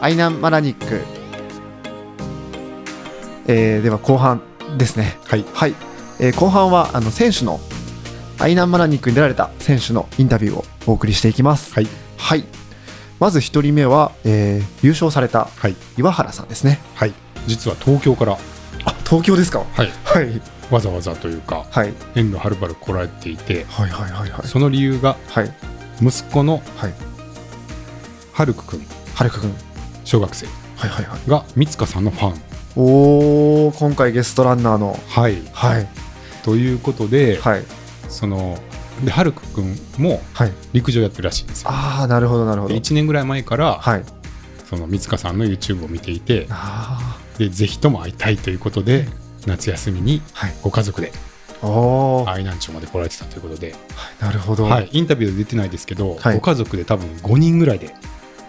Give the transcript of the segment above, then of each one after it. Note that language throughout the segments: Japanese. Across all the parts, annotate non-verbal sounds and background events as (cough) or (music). アイナン・マラニック、えーでは後半ですねはいはい、えー後半はあの選手のアイナン・マラニックに出られた選手のインタビューをお送りしていきますはいはいまず一人目は、えー優勝されたはい岩原さんですねはい実は東京からあ東京ですかはいはいわざわざというかはい遠路はるばる来られていてはいはいはいはいその理由がはい息子のはいハルク君はるか君小学生はいはいはいが三塚さんのファンおお今回ゲストランナーのはいはいということで、はいそのでハルク君もはい陸上やってるらしいんですよああなるほどなるほどで1年ぐらい前から、はいその三塚さんの YouTube を見ていてあでぜひとも会いたいということで夏休みにはいご家族であおお、愛南町まで来られてたということで、なるほど、はい、インタビューで出てないですけど、はいご家族で多分5人ぐらいで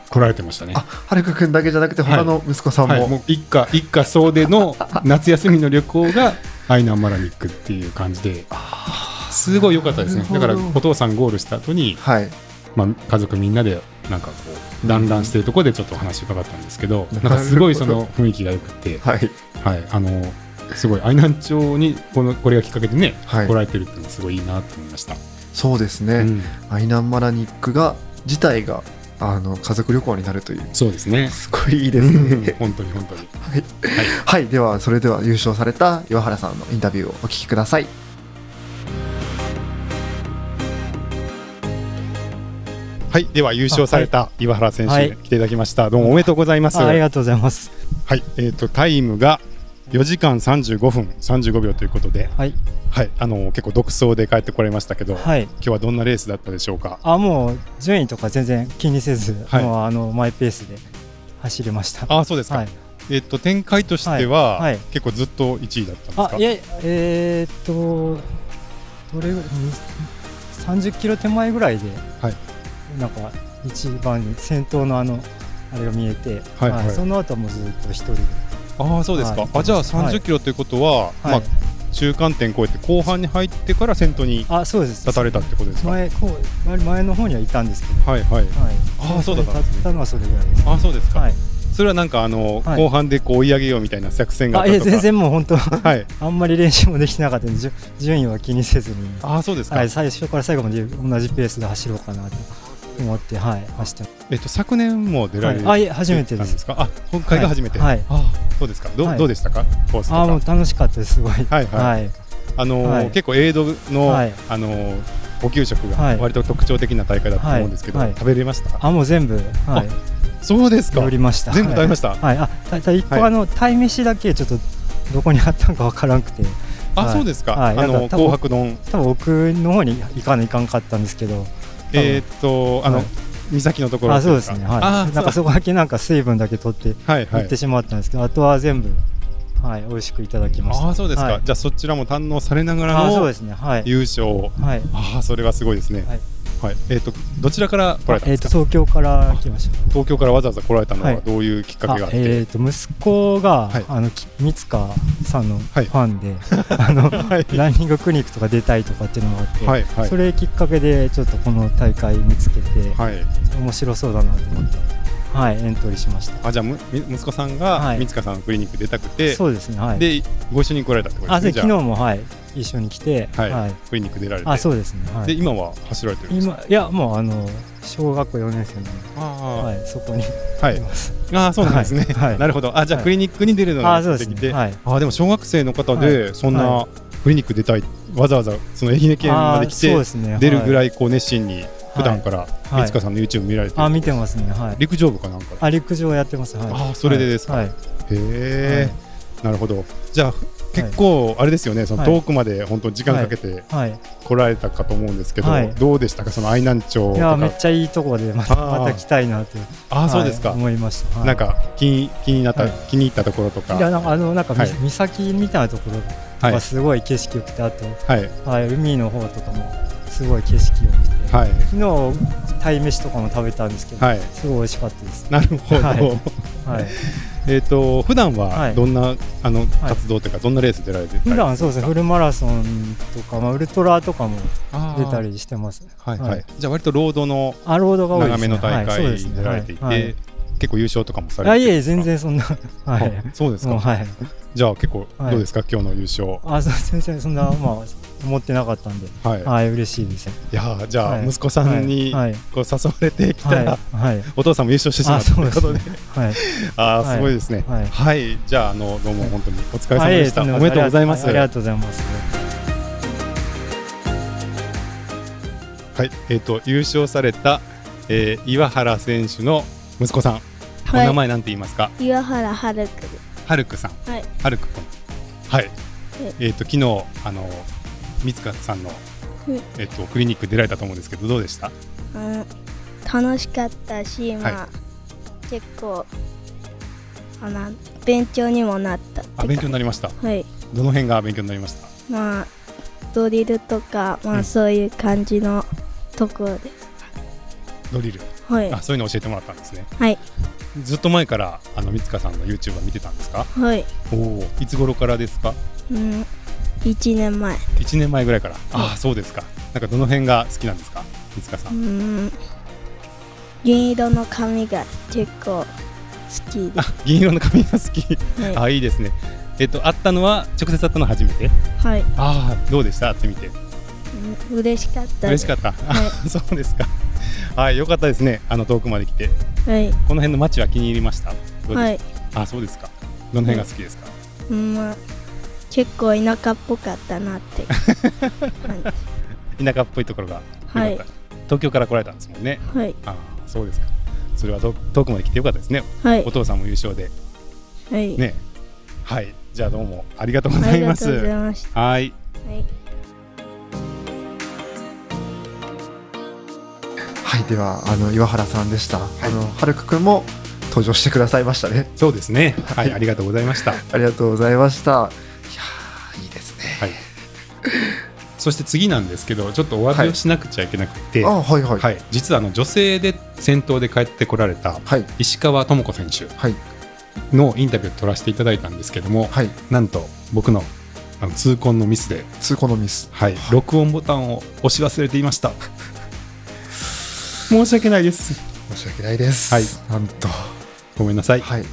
来られてましたねあ。はるか君だけじゃなくてはい他の息子さんも、はい、もう一家一家総出 (laughs) の夏休みの旅行がアイナンマラニックっていう感じであーすごい良かったですねなるだほからどお父さんゴールした後に、はいまあ、家族みんなでなんかこううん団らんしてるところでちょっとお話伺ったんですけど、なるなほんどかすごいその雰囲気が良くて、はいはい、あのすごい愛南町にこのこれがきっかけでね、はい来られてるっていうのはすごいいいなと思いました。そうですね、うんアイナンマラニックが自体があの家族旅行になるというそうで (laughs) すねすごいいいですね、本当に本当に。はい、 (laughs) はい、ではそれでは優勝された岩原さんのインタビューをお聞きくださいはい、では優勝された岩原選は手い来ていただきました。どうもおめでとうございます。あありはい、がとうございます。えっ、とタイムが4時間35分35秒ということで、はい。はい、あの結構独走で帰ってこられましたけど、はい。今日はどんなレースだったでしょうか。あ、もう順位とか全然気にせず、はいもうあのマイペースで走りました。あ、そうですか。はい。えっ、と展開としては、はいはい結構ずっと1位だったんですあか。、いや、えー、っと、どれぐらい、三十キロ手前ぐらいで、はいなんか一番に先頭のあのあれが見えて、はいはいその後もずっと一人で、あー、そうですか。はいあ、じゃあはい30キロということは、まはい。あ中間点越えて後半に入ってから先頭にあ、そうです。立たれたってことですか。はい前こう前の方にはいたんですけど、はい。はい。あーそうだったんですね立ったのはそれぐらいです。あ、そうですか。はい。それはなんかあの、はい後半でこう追い上げようみたいな作戦があっあ、たいとやか。全然もう本当。 (laughs) はい。あんまり練習もできてなかったんでじゅ順位は気にせずに、ああそうですか、はい、最初から最後まで同じペースで走ろうかなと思って、はい、走ってえっと昨年も出らはれい、てあいえ初めてたでんですすか。あ今回が初めて。はいはいあそうですか。どう、はいどうでしたかコースとあか。ああもう楽しかったですすごいはいはいはいのーはい結構エイドの、はいあのーお給食がはい割と特徴的な大会だと思うんですけど、はいはい食べれました。あもう全部はいそうですか乗。りました全部食べました。はい、はい、あたた一個、はいあの鯛めしだけちょっとどこにあったんかわからんくてあ、はいそうですか。はいあなんのか多紅分白丼多分奥の方に行かないかんかったんですけど分えーっとあの、はい岬のところあってそいうかですねあはいなんかそうそこだけなんか水分だけ取ってはいは行っいて。しまったんですけど、あとは全部はい美味しくいただきましたあそうですか、はいじゃあそちらも堪能されながらあそうのですねはい優勝。はいああそれはすごいですね。ははいい。えーっとどちらから来られたんえでっ、すかと。東京から来ました。東京からわざわざ来られたのははいどういうきっかけがあって、えっ、と息子が、はいあのき三塚さんのフはいァンで、あのはいランニングクリニックとか出たいとかっていうのがあって、はいはいそれきっかけでちょっとこの大会見つけて、はい、面白そうだなと思って、はいエントリーしました。あじゃあむみ息子さんがはい三塚さんのクリニック出たくて、そうですねはい。でご一緒に来られたってことあでですね昨じ日ゃもはい一緒に来て、あはい、クリニック出られてあそうですねはでい。今は走られてるんですか今いやもうあの小学校4年生なので、あはいそこにいあ、はいます。ああそうなんですね、はいはいなるほどあじゃあはいクリニックに出るのがあそう目です的ねで、はい。あでも小学生の方はでそんなはクリニック出たいわざわざその愛媛県まで来あーそうてですね出るぐはらいいこう熱心に普段からい三塚さんの YouTube 見られてる、あ見てますねはい陸上部かなんかであ陸上やってますはいあそれでですかはいはいへえ、なるほど。じゃあ結構あれですよね、そのはい遠くまで本当時間かけてはい、来られたかと思うんですけど、はいどうでしたかその愛南町いとやめっか。ちゃいいとこでまたあーまた来たいなとああそうですか。はい思いました、はいなんか気に気になった、はい気に入ったところとか。いやなんかあのなんか、みはい岬みたいなところはいがすごい景色良くてあと、はいはい、海の方とかもすごい景色良くて、はい昨日鯛めしとかも食べたんですけど、はいすごい美味しかったです、なるほど。はいはい、えっと普段ははいどんな、あの活動というかどんなレース出られてたり普段そうですねフルマラソンとか、まあ、ウルトラとかもあー出たりしてますはいはい、はいじゃあ割とロードのアロードが多いで長すねめの大はいそう会ですにね出られていて、はいはい結構優勝とかもされあているんえいえですか全然そんなはいあそうですもうかはいじゃあ結構はいどうですか今日の優勝あそう先生そんなまあ思ってなかったんではいはい嬉しいですいやーじゃあはい息子さんにはいこう誘われてきはた (laughs) いはらいはいお父さんも優勝してしまあったとそういうこですとでねはいあはあいすごいですねはいはいじゃああのどうも本当にお疲れ様あいえいでえしたとおんでもなめでとうございますありはがいとうございますえっと優勝されたえー岩原選手の息子さんおはい名前なんて言いますか岩原はるくですはるくさんはいはるくくんはいえっと昨日あの三塚さんのうんえっとクリニック出られたと思うんですけどどうでしたあの楽しかったしまあ、は結構あの勉強にもなったってかあ勉強になりましたはいどの辺が勉強になりましたまあドリルとかまうあんそういう感じのところです、ドリルはいあそういうの教えてもらったんですねはいずっと前からあの三塚さんの YouTube は見てたんですかはいおおいつ頃からですかうん1年前1年前ぐらいからああそうですかなんかどの辺が好きなんですか三塚さうんん銀色の髪が結構好きであす銀色の髪が好きはい、あいいですねえっと会ったのは直接会ったのは初めてはいああどうでした会ってみてうん嬉しかったで嬉すしかった、あ (laughs) そうですかはいよかったですねあの遠くまで来てはいこの辺の街は気に入りましたどうですか、はいあそうですかどの辺が好きですか、うんまあ結構田舎っぽかったなって (laughs) は田舎っぽいところがよかった、はい東京から来られたんですもんねいはいああそうですかそれは遠遠くまで来てよかったですねはいお父さんも優勝ではい、ねはいじゃあどうもありがとうごあざりいまがとうごすざいましたはいはいはいではあの岩原さんでした、あのはるくくんも登場してくださいましたねそうですねはいありがとうございましたはありがとうございましたいやーいいですねいそして次なんですけどちょっとお詫びをしなくちゃいけなくて、あははいいはいはい、実はあの女性で先頭で帰ってこられたはい石川智子選手はいのインタビューを取らせていただいたんですけども、なんと僕のあの痛恨のミスで、通行のミスはい、録音ボタンを押し忘れていました申し訳ないです申し訳ないですはいなんとごめんなさいはい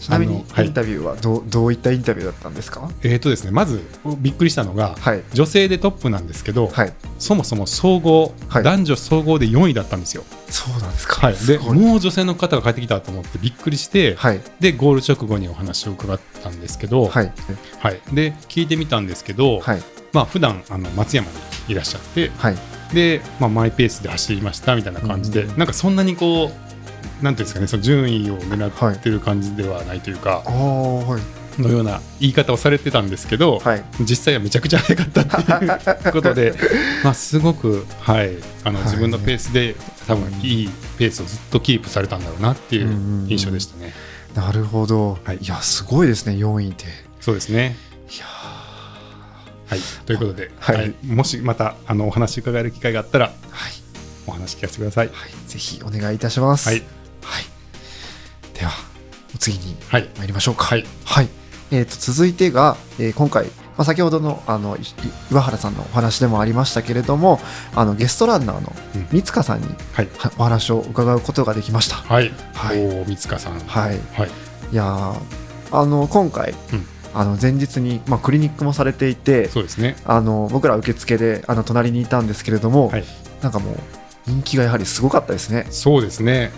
ちなみあにのはいインタビューはど,、うどういったインタビューだったんですかえーとですね、まずびっくりしたのが、はい女性でトップなんですけど、はいそもそも総合、はい男女総合で4位だったんですよ。そうなんですかはい、すでごいもう女性の方が帰ってきたと思ってびっくりして、はいでゴール直後にお話を伺ったんですけど、はいはいで聞いてみたんですけど、はいまあ普段あの松山にいらっしゃってはいで、まあ、マイペースで走りましたみたいな感じで、うんなんかそんなにこうなんていうんですかねその順位を狙ってる感じではないというか、あーはいのような言い方をされてたんですけど、はい実際はめちゃくちゃ早かったっていうこと (laughs) で、まあ、すごく、はい、あのはい自分のペースで多分いいペースをずっとキープされたんだろうなっていう印象でしたね。なるほど、はいい、やすごいですね4位ってそうですねいやはい、ということで、ははいいもしまたあのお話伺える機会があったらーはい、お話聞かせてください。はい、ぜひお願いいたしますはい、はい、ではお次にはい、参りましょうかはい、はいえー、と続いてが、えー今回、まあ、先ほどのあのいい岩原さんのお話でもありましたけれどもあのゲストランナーのうん三塚さんにはい、はお話を伺うことができました。はい、はいおお、三塚さん。ははい、いい、やーあの今回、うんあの前日に、まあ、クリニックもされていてそうですね。あの僕ら受付であの隣にいたんですけれども、はいなんかもう人気がやはりすごかったですね。そうですね。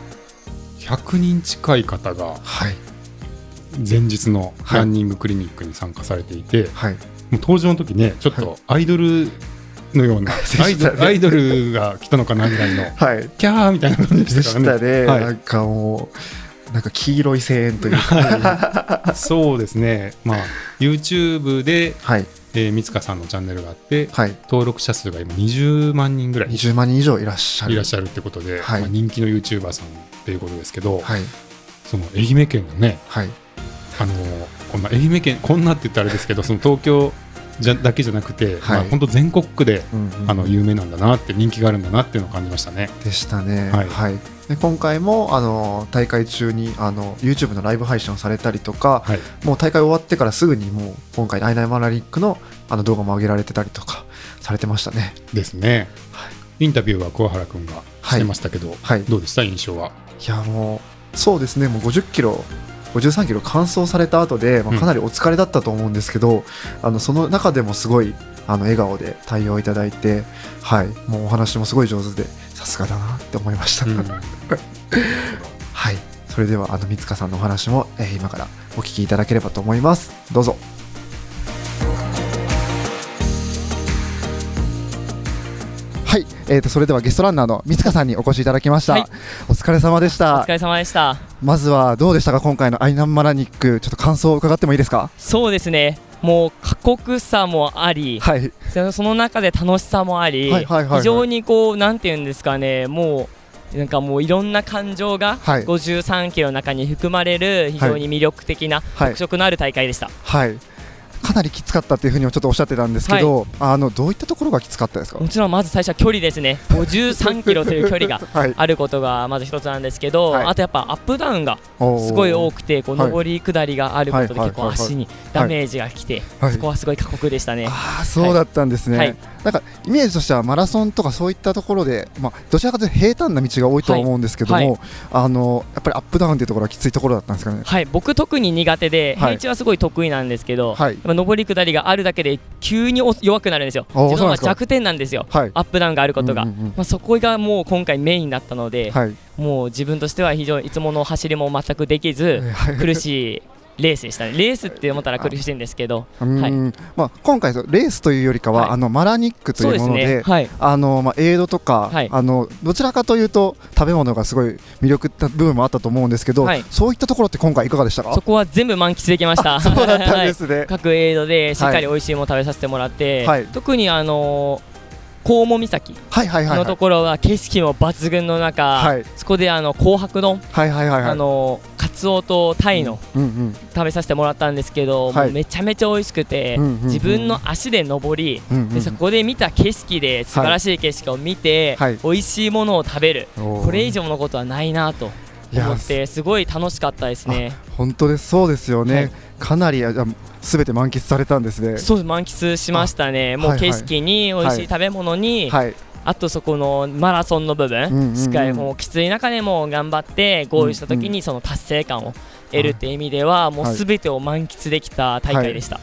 100人近い方がはい、前日のはいランニングクリニックに参加されていて、はい、もう登場の時ね、ちょっとアイドルのよう (laughs) な、でしたねアイドルアイドルが来たのかなぐら (laughs) いの、はいキャーみたいな感じででしたしかたらね。ね、はいなんかもうなんか黄色い声援というか、そうですね、まあ、YouTube で、はい、えー、三塚さんのチャンネルがあって、はい、登録者数が今20万人ぐらい20万人以上いらっしゃる。いらっしゃるってことで、はいまあ、人気の YouTuber さんっていうことですけど、はい、その愛媛県のね、はい、あのーこんな愛媛県、こんなって言ったらあれですけど、その東京じゃだけじゃなくて、はいまあ、本当全国区でうんうんあの有名なんだなって、人気があるんだなっていうのを感じましたね。でしたね。ははいい、で今回もあの大会中にあの YouTube のライブ配信をされたりとか、はいもう大会終わってからすぐにもう今回アイナイマラリックのあの動画も上げられてたりとかされてましたね。ですね、はインタビューは桑原君がしてましたけど、はい、いどうでした印象はやもうそうですね、もう50キロ、53キロ完走された後で、まうんあ、かなりお疲れだったと思うんですけど、あのその中でもすごいあの笑顔で対応いただいて、はい、もうお話もすごい上手で、さすがだなって思いました。うんはい、それではあの三塚さんのお話も、えー今からお聞きいただければと思います。どうぞ。はい、えー、とそれではゲストランナーの三塚さんにお越しいただきました。はいお疲れ様でしおた疲。れ様でした。まずはどうでしたか今回のアイナンマラニックちょっと感想を伺ってもいいですかそうですね。もう過酷さもあり、はいその中で楽しさもあり、はいはいはいはい非常にこうなんていうんですかね、もうなんかもういろんな感情がはい53キロの中に含まれる非常に魅力的なはい特色のある大会でした。はいかなりきつかったっていうふうにもちょっとおっしゃってたんですけど、あのどういったところがきつかったですかもちろんまず最初は距離ですね。53キロという距離が。はいあることがまず一つなんですけど、はいあとやっぱアップダウンがすごい多くくてこうはい上り下りがあることではいはい結構はいはい足にダメージがきて、はいそこはすごい過酷でしたね。ああそうだったんですね、はいなんかイメージとしてはマラソンとかそういったところで、まあ、どちらかというと平坦な道が多いとは思うんですけども、はいはあのやっぱりアップダウンというところはきついところだったんですかねはい、僕特に苦手で、はい平地はすごい得意なんですけど、はいやっぱ上り下りがあるだけで急にお弱くなるんですよ。あー自そう分なんではすか弱点なんですよ。はいアップダウンがあることが、うんうんうんまあ、そこがもう今回メインだったので、はいもう自分としては非常にいつもの走りも全くできず、はい苦しいレースでしたね。レースって思ったら苦しいんですけど、うんまあ、今回そうレースというよりかは、はいあのマラニックとそういうでもすのでね。はい、あのまあ、エイドとか、はいあのどちらかというと食べ物がすごい魅力な部分もあったと思うんですけど、はいそういったところって今回いかがでしたかそこは全部満喫できまし (laughs) た。そうだったんです (laughs) はねい。各エイドでしっかり美味しいものを食べさせてもらって、はい特にあのー、モ岬はいはいはいのはいところは景色も抜群の中、はいそこであの紅白丼、はいはいはいはいあのカツオとタイのうんうん食べさせてもらったんですけど、はいもうめちゃめちゃ美味しくて、うんうんうん自分の足で登り、うんうんうんでそこで見た景色で素晴らしい景色を見て、はい美味しいものを食べる、おーこれ以上のことはないなといや思ってすごい楽しかったですね。本当ですそうですよね、はいかなりあじゃあ全て満喫されたんですねそう満喫しましたね、もはういはい景色に、美味しい食べ物に、はいあとそこのマラソンの部分、うんうんうんしっかりもうきつい中でも頑張ってゴールした時うんうにその達成感を得るっていう意味では、もうすべてを満喫できた大会でした。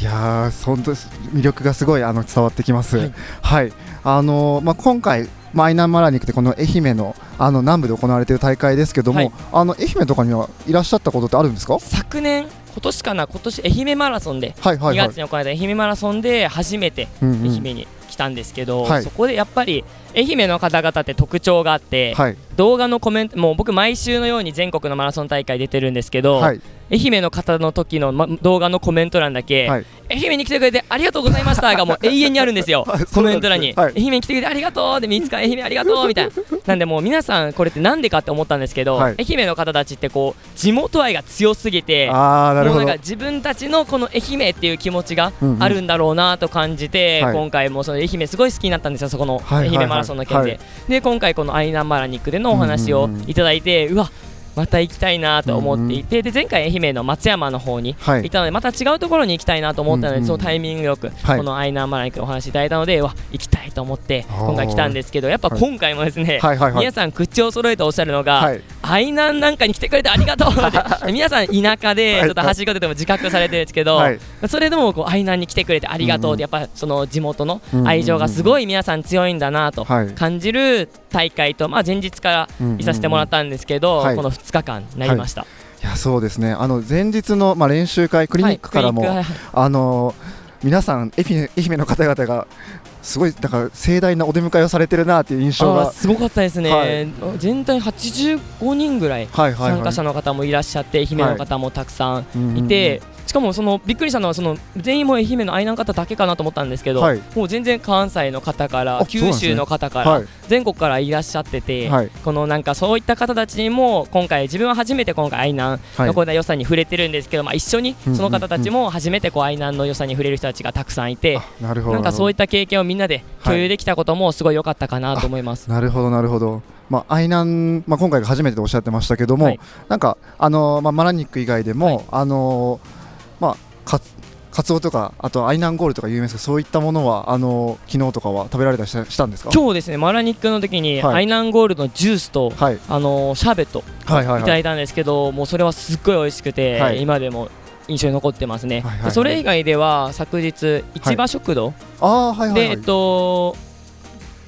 いやー本当です魅力がすごいあの伝わってきます。ははいい、あのーまあ今回マイナンマラニックでこの愛媛のあの南部で行われている大会ですけども、はいあの愛媛とかにはいらっしゃったことってあるんですか？は昨年、今年かな、今年愛媛マラソンで、いはい2はい月。に行われた愛媛マラソンで初めてうん愛媛うんに来たんですけど、はいそこでやっぱり愛媛の方々って特徴があって、はい動画のコメント、もう僕、毎週のように全国のマラソン大会出てるんですけど、はい愛媛の方の時の、ま、動画のコメント欄だけ、はい愛媛に来てくれてありがとうございました (laughs) がもう永遠にあるんですよコメント欄に、はい愛媛に来てくれてありがとうで三塚愛媛ありがとうみたいななんでもう皆さんこれってなんでかって思ったんですけど、はい愛媛の方たちってこう地元愛が強すぎてああなるもほうなどんか。自分たちのこの愛媛っていう気持ちがうんうんあるんだろうなと感じて、はい今回もその愛媛すごい好きになったんですよそこのはいは愛いはい媛マラソンの件で、はいで今回このアイナンマラニックでのお話うをんうんうんいただいて、うわまた行きたいなと思っていて、で前回愛媛の松山の方にはい行ったのでまた違うところに行きたいなと思ったので、うんうんそのタイミングよく、はいこのアイナンマラニックのお話いただいたのでうわ行きたいと思ってあー今回来たんですけどやっぱ今回もですね、はいはいはい皆さん口を揃えておっしゃるのが、はい愛南なんかに来てくれてありがとう (laughs) って皆さん田舎でちょっとはしごででも自覚されてるんですけど、はいそれでもこう愛南に来てくれてありがとうって、やっぱその地元の愛情がすごい皆さん強いんだなとはい感じる大会と、まあ、前日からいさせてもらったんですけうんうど、んうんはいこの2日間になりました。いやそうですね。あの前日のまあ練習会クリニックからも、はいクリニックあのー皆さん愛媛愛媛の方々がすごいなんか盛大なお出迎えをされてるなっていう印象はいあがーすごかったですね、はい全体85人ぐらいはいはいはい参加者の方もいらっしゃって、愛媛の方もたくさんいて、しかもそのびっくりしたのはその全員もう愛媛の愛南方だけかなと思ったんですけど、はいもう全然関西の方からあ九州の方から、はい全国からいらっしゃってて、はいこのなんかそういった方たちにも今回自分は初めて今回愛南はいのこう良さに触れてるんですけど、まあ、一緒うにそんうんの方たちも初めてこう愛南の良さに触れる人たちがたくさんいて。あなるほどなんかそういっった経験をみんなで共有できたこともすごい良かったかなと思います。なるほどなるほどまあ愛南まあ今回が初めてとおっしゃってましたけども、はいなんかあのーまあマラニック以外でも、あのーまあかカツオとかあとアイナンゴールとか有名ですけどそういったものはあの昨日とかは食べられたりしたしたんですか今日ですねマラニックの時に、はいアイナンゴールドのジュースと、はいあのーシャーベットはいはいいたはだいいたんですけど、もうそれはすっごい美味しくて、はい今でも印象に残ってますはね、いはいはいそれ以外では昨日市場食堂ああーはいで、はいはえいっと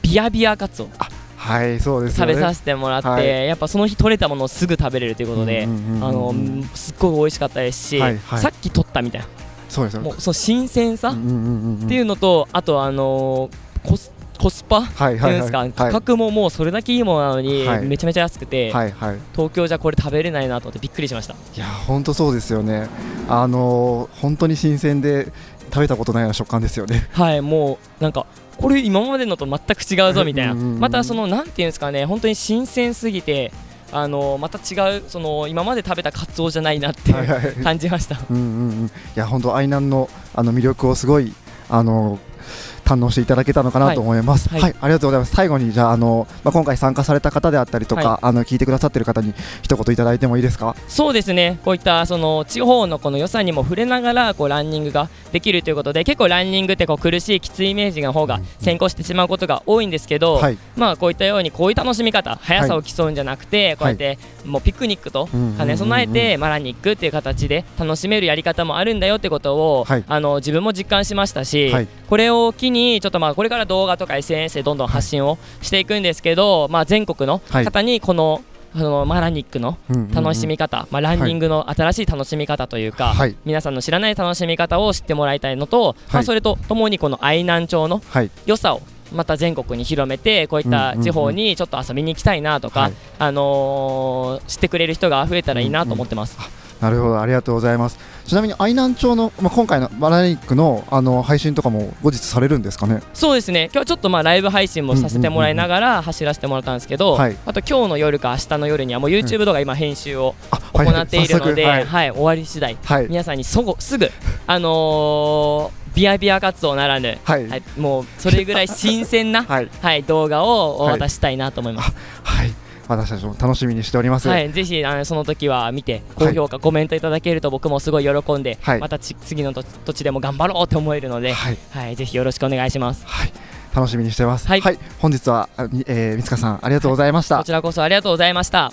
ビヤビヤカツオはいそうですよ食ねべさせてもらって、はいやっぱその日取れたものをすぐ食べれるということで、うんうんうんうんあのーすっごい美味しかったですし、はいはいさっき取ったみたいそうですなよもねうその新鮮さっうんうんうんうんていうのと、あとあのーコスコスパはいってはいいうはんですいか、はい価格ももうそれだけいいものなのに、はいめちゃめちゃ安くて、はいはい東京じゃこれ食べれないなと思ってびっくりしましたいや本当そうですよねあの本当に新鮮で食べたことないような食感ですよ (laughs) ねはいもうなんかこれ今までのと全く違うぞみたいなうんうんうんまたそのなんていうんですかね本当に新鮮すぎてあのまた違うその今まで食べたカツオじゃないなってはいはい感じましたうんうんうんいや本当愛南のあの魅力をすごいあの堪能していただけたのかなと思います。は、はいいははいありがとうございます。最後にじゃああのまあ今回参加された方であったりとか、はあの聞いてくださってる方に一言いただいてもいいですか？そうですねこういったその地方のこの良さにも触れながらこうランニングができるということで結構ランニングってこう苦しいきついイメージの方が先行してしまうことが多いんですけど、はい。まあこういったようにこういう楽しみ方速さを競うんじゃなくて、こうやってもうピクニックと兼ね備えうんうんうんてマラニックっていう形で楽しめるやり方もあるんだよってことを、はいあの自分も実感しましたし、はいこれを機にちょっとまあこれから動画とか SNS でどんどん発信をしていくんですけど、まあ全国のはい方にこの,、あのマラニックのうんうんうん楽しみ方、まあ、ランニングの新しい楽しみ方というか、はい皆さんの知らない楽しみ方を知ってもらいたいのと、まはあ、いそれとともにこの愛南町のはい良さをまた全国に広めてこういった地方にちょっと遊びに行きたいなとか、はいあのー知ってくれる人が増えたらいいなと思ってます、なるほどありがとうございます。ちなみに愛南町のまあ今回のマラニックのあの配信とかも後日されるんですかね？そうですね今日ちょっとまあライブ配信もさせてもらいながら走らせてもらったんですけど、はいあと今日の夜か明日の夜にはもう YouTube 動画今編集をあ行はっているので、早はい速終わり次第はいはい皆さんにそごすぐあのービアビアカツオならぬ、はいはい、もうそれぐらい新鮮な、はい (laughs) はい、動画をお渡ししたいなと思います。はい私たちも楽しみにしております。はい、ぜひあのその時は見て高評価、コメントいただけると僕もすごい喜んで、はいまたち次のと土地でも頑張ろうって思えるので、はいはい、ぜひよろしくお願いします。はい、楽しみにしてます。は、はいい本日は、あみえー、三塚さん、ありがとうございました。こちらこそありがとうございました。はい、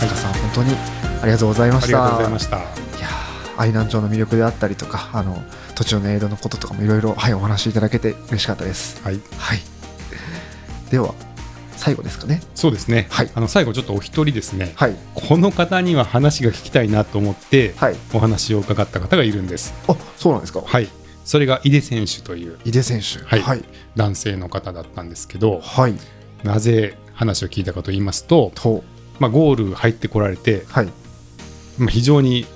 三塚さん、本当にありがとうございまあしりがとうた。ございました。やー愛南町の魅力であったりとか、あの、土地の映像のこととかもいろいろ、はい、お話しいただけて嬉しかったです。はい、はい。では、最後ですかね。そうですね。はいあの最後ちょっとお一人ですね。はい、この方には話が聞きたいなと思って、はい、お話を伺った方がいるんです。あ、そうなんですか。はい、それが井出選手という井出選手。はいはい、男性の方だったんですけど、はいなぜ話を聞いたかと言いますと、と、まあゴール入ってこられて、はい、まあ非常に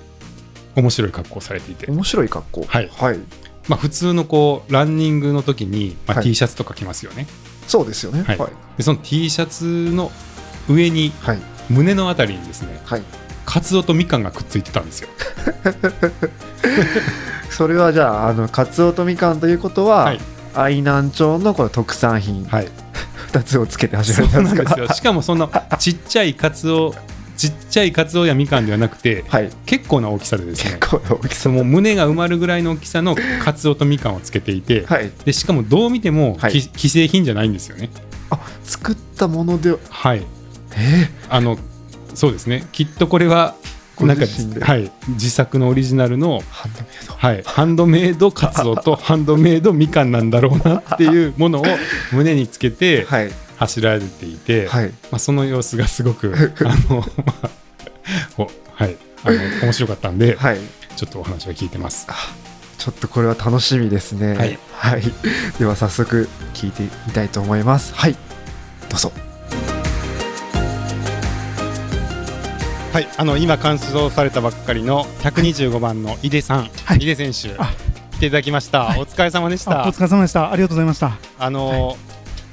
面白い格好をされていて、面白い格好。はいはい、まあ普通のこうランニングの時にまはあい T シャツとか着ますよね。そうですよね。は、はいいはい、でその T シャツの上にはい、胸のあたりにですね、はい。カツオとみかんがくっついてたんですよ。それはじゃあ、あの、カツオとみかんということは、はい愛南町のこの特産品はい。二つをつけて始そうめたんでなすんかですよ。しかもそのちっちゃいカツオ、ちっちゃいカツオやみかんではなくて、はい結構な大きさでですね結。構な大きそさの胸が埋まるぐらいの大きさのカツオとみかんをつけていて、はいでしかもどう見ても、はいき既製品じゃないんですよね。あ作ったものではい、えあのそうですね。きっとこれはごなんか自身ではい自作のオリジナルのハンドメイドはいハンドメイドカツオ (laughs) とハンドメイドみかんなんだろうなっていうものを胸につけてはい走られていて、はいまあその様子がすご (laughs) くあの (laughs) まあおはいあの面白かったんで、はいちょっとお話を聞いてます。ちょっとこれは楽しみですねはい、はい、では早速聞いてみたいと思いますはいどうぞはい、あの今完走されたばっかりの125番の井出さん、井出選手あ来ていただきました。お疲れ様でしあた。おあ疲れ様でしたありがとうございましたの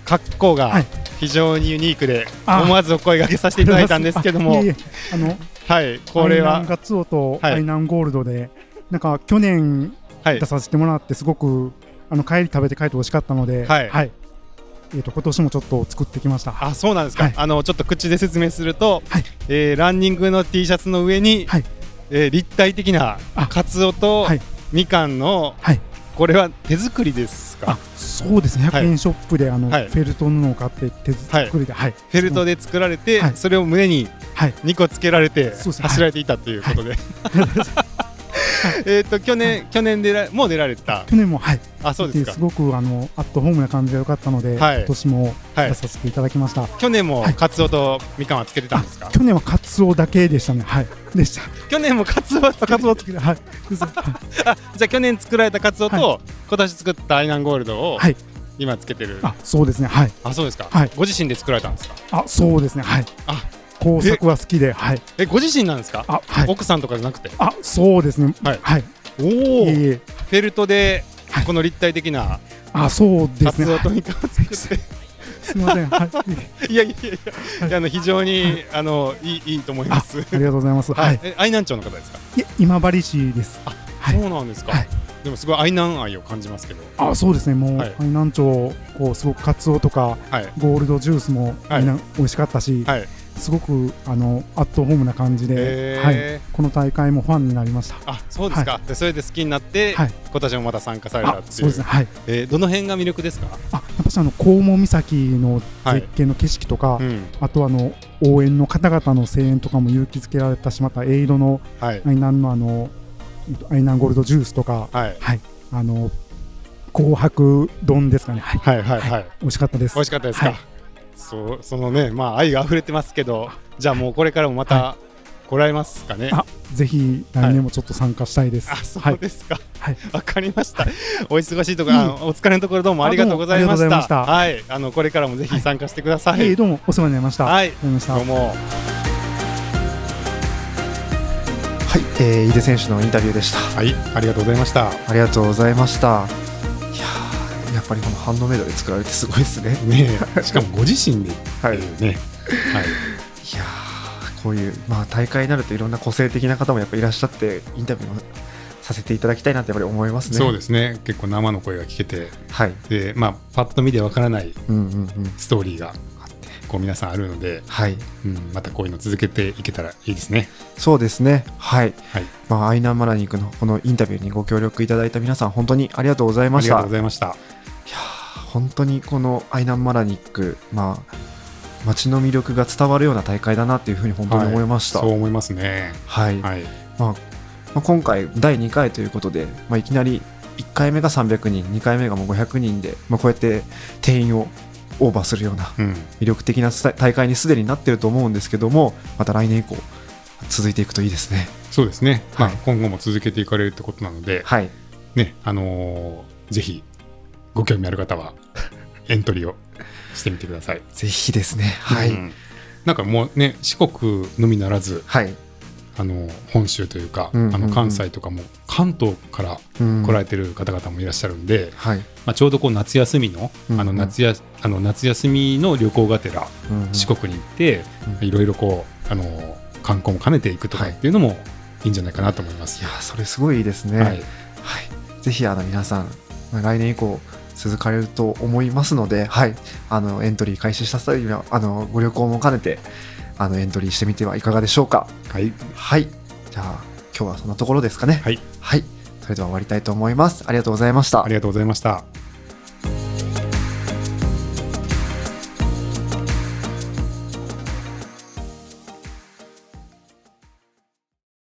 ー格好はがい非常にユニークであ思わずお声掛けさせていただいたんですけども (laughs) あいえい、えあのはい、ここれれははガツオとはいアイナンゴールドで、なんか去年はい出させてもらってすごくあの帰り食べて帰って美味しかったので、はいはい、えっ、と今年もちょっと作ってきました。あそうなんですか、はいあのちょっと口で説明すると、はいえーランニングの T シャツの上に、はいえー立体的なあカツオと、はいみかんの、はいこれは手作りですかあそうですね。はい100円ショップであの、はいフェルト布を買って手作りで、はい。フェルトで作られて、はいそれを胸にはい2個つけられてそうですね走られていたということで、えっと去年、去年でらもう出られた去年もはい。あそうです見てかすごくあのアットホームな感じが良かったので、はい今年もはい出させていただきました。去年もはいカツオとみかんはつけてたんですか去年はカツオだけでしたね。はい。でした。去年もカツオはつけカツオ作りはい。(laughs) 嘘はじゃあ去年作られたカツオと、は今年作ったアイナンゴールドを、はい今つけてるああそうですね。はい。そうですか、はいご自身で作られたんですかあそうですね。はい。あ工作は好きで、はい。えご自身なんですか、あはい。奥さんとかじゃなくてあそうですね。はいはい。おいおえフいえ。ェルトではいこの立体的なあそうでカすね。ツオとはいみかんを作って、すみません。は (laughs) い。い、やいやいやはいいやあの非常にあのいいいいと思いますありがとうございます。ははいい。え愛南町の方ですか、いえ今治市です。はいそうなんですか、はいでもすごい愛南愛を感じますけどあ、そうですね。もう、はい海南町、こうすごくカツオとかはいゴールドジュースもはいみんな美味しかったし、はいすごくあのアットホームな感じで、へはい。ーこの大会もファンになりました。あそうですか、でそれで好きになって、はい今年もまた参加されたっあ、ていそううですね。はい。えーどの辺が魅力ですか、あ、やっぱしあの黄門岬のはい絶景の景色とか、うんあとあの応援の方々の声援とかも勇気づけられたし、またエイドのはいアイナンのあのアイナンゴールドジュースとか、はいあの紅白丼ですかね。はい。はいはいはい美味しかったです。美味しかったですか、はいそうそのねまあ愛が溢れてますけどじゃあもうこれからもまた来られますかね、あぜひ来年もちょっと参加したいです。あはそうい。ですかはいわ、かりました、お忙しいところ、あのお疲れのところどうもありがとうございまあどしうもありたがとうござはいあのこれからもぜひ参加してください、えーどうもお世話になりました。あはいりがとうございまどう。したもはい、えー、井出選手のインタビューでしたはいありがとうございましたありがとうございましたいやーやっぱりこのハンドメイドで作られてすごいですねねえしかもご自身ではいっいてやうねはいーこういう、まあ、大会になるといろんな個性的な方もやっぱいらっしゃってインタビューもさせていただきたいなってやっぱり思いますねそうですね結構生の声が聞けてはいでまあパッと見でわからないうんうんうんストーリーがこう皆さんあるので、はいうん、またこういうの続けていけたらいいですねそうですねはい、はいまあ、アイナ・マラニックのこのインタビューにご協力いただいた皆さん本当にありがとうございあまりしがとたうございましたいやー本当にこのアイナンマラニック、まあ、街の魅力が伝わるような大会だなっていうふうに本当に思いました。そはうい思いますねまはいあまあ今回、第2回ということで、まあ、いきなり1回目が300人、2回目がもう500人で、まあ、こうやって定員をオーバーするようなうん魅力的な伝え大会にすでになってると思うんですけども、また来年以降、続いていくといいですね。そうですね、はいまあ今後も続けていかれるってことなので、はい、ねあのーぜひご興味ある方 (laughs) はエントリーをしてみてくださいぜひですね。はい、うんなんかもうね四国のみならずはい、あの本州というか、うんうんうんあの関西とかも関東からうん来られてる方々もいらっしゃるんで、はい、まあ、ちょうどこう夏休みのうんうんあの夏やあの夏休みの旅行がてらうんうん四国に行ってういろいろこうあの観光も兼ねていくとかはいっていうのもいいんじゃないかなと思いますいや。ーそれすごいいいですね。はい、はい、ぜひあの皆さん、まあ来年以降続かれると思いますので、はい、あのエントリー開始した際にはあのご旅行も兼ねてあのエントリーしてみてはいかがでしょうか。はい、はい、じゃあ今日はそんなところですかね。はい、はい、それでは終わりたいと思います。ありがとうございましたあ。りがとうございました。